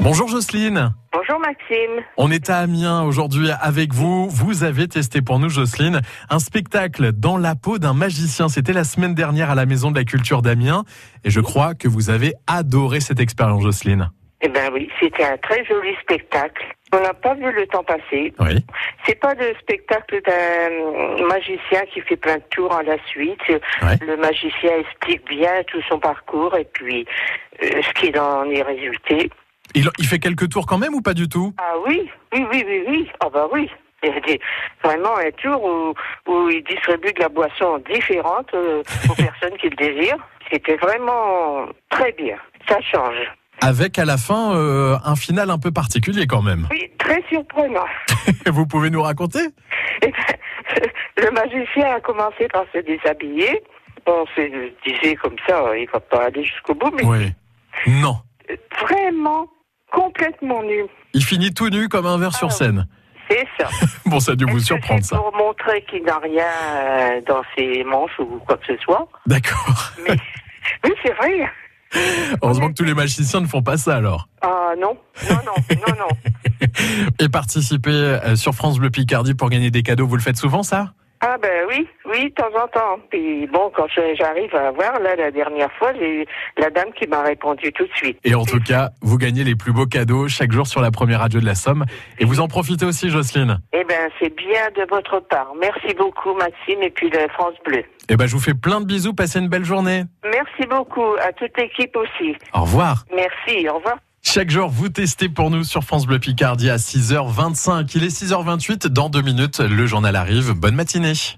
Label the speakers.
Speaker 1: Bonjour Jocelyne.
Speaker 2: Bonjour Maxime.
Speaker 1: On est à Amiens aujourd'hui avec vous. Vous avez testé pour nous, Jocelyne, un spectacle dans la peau d'un magicien. C'était la semaine dernière à la Maison de la Culture d'Amiens. Et je crois que vous avez adoré cette expérience, Jocelyne.
Speaker 2: Eh ben oui, c'était un très joli spectacle. On n'a pas vu le temps passer.
Speaker 1: Oui.
Speaker 2: C'est pas le spectacle d'un magicien qui fait plein de tours à la suite.
Speaker 1: Ouais.
Speaker 2: Le magicien explique bien tout son parcours et puis euh, ce qu'il en est résulté.
Speaker 1: Il, il fait quelques tours quand même ou pas du tout
Speaker 2: Ah oui, oui, oui, oui, oui. Ah bah oui. Il y a des- vraiment un tour où, où il distribue de la boisson différente euh, aux personnes qui le désirent. C'était vraiment très bien. Ça change.
Speaker 1: Avec à la fin euh, un final un peu particulier quand même.
Speaker 2: Oui, très surprenant.
Speaker 1: Vous pouvez nous raconter
Speaker 2: Eh ben, le magicien a commencé par se déshabiller. On se disait comme ça, hein, il va pas aller jusqu'au bout, mais
Speaker 1: Oui. Non.
Speaker 2: vraiment complètement nu.
Speaker 1: Il finit tout nu comme un verre sur
Speaker 2: Ah.
Speaker 1: scène.
Speaker 2: C'est ça.
Speaker 1: Bon, ça a dû vous
Speaker 2: Est-ce que
Speaker 1: surprendre ça.
Speaker 2: c'est Pour montrer qu'il n'a rien euh, dans ses manches ou quoi que ce soit.
Speaker 1: D'accord.
Speaker 2: Mais oui, c'est vrai.
Speaker 1: Heureusement que tous les magiciens ne font pas ça alors.
Speaker 2: Ah non, non, non, non, non.
Speaker 1: Et participer euh, sur France Bleu Picardie pour gagner des cadeaux, vous le faites souvent ça
Speaker 2: Ah ben oui, oui, de temps en temps. Puis bon, quand je- j'arrive à voir, là, la dernière fois, j'ai eu la dame qui m'a répondu tout de suite.
Speaker 1: Et en tout cas, vous gagnez les plus beaux cadeaux chaque jour sur la première radio de la Somme. Et vous en profitez aussi, Jocelyne.
Speaker 2: Eh ben, c'est bien de votre part. Merci beaucoup, Maxime, et puis la France Bleue.
Speaker 1: Eh ben, je vous fais plein de bisous, passez une belle journée.
Speaker 2: Merci beaucoup à toute l'équipe aussi.
Speaker 1: Au revoir.
Speaker 2: Merci, au revoir.
Speaker 1: Chaque jour, vous testez pour nous sur France Bleu Picardie à 6h25. Il est 6h28. Dans deux minutes, le journal arrive. Bonne matinée.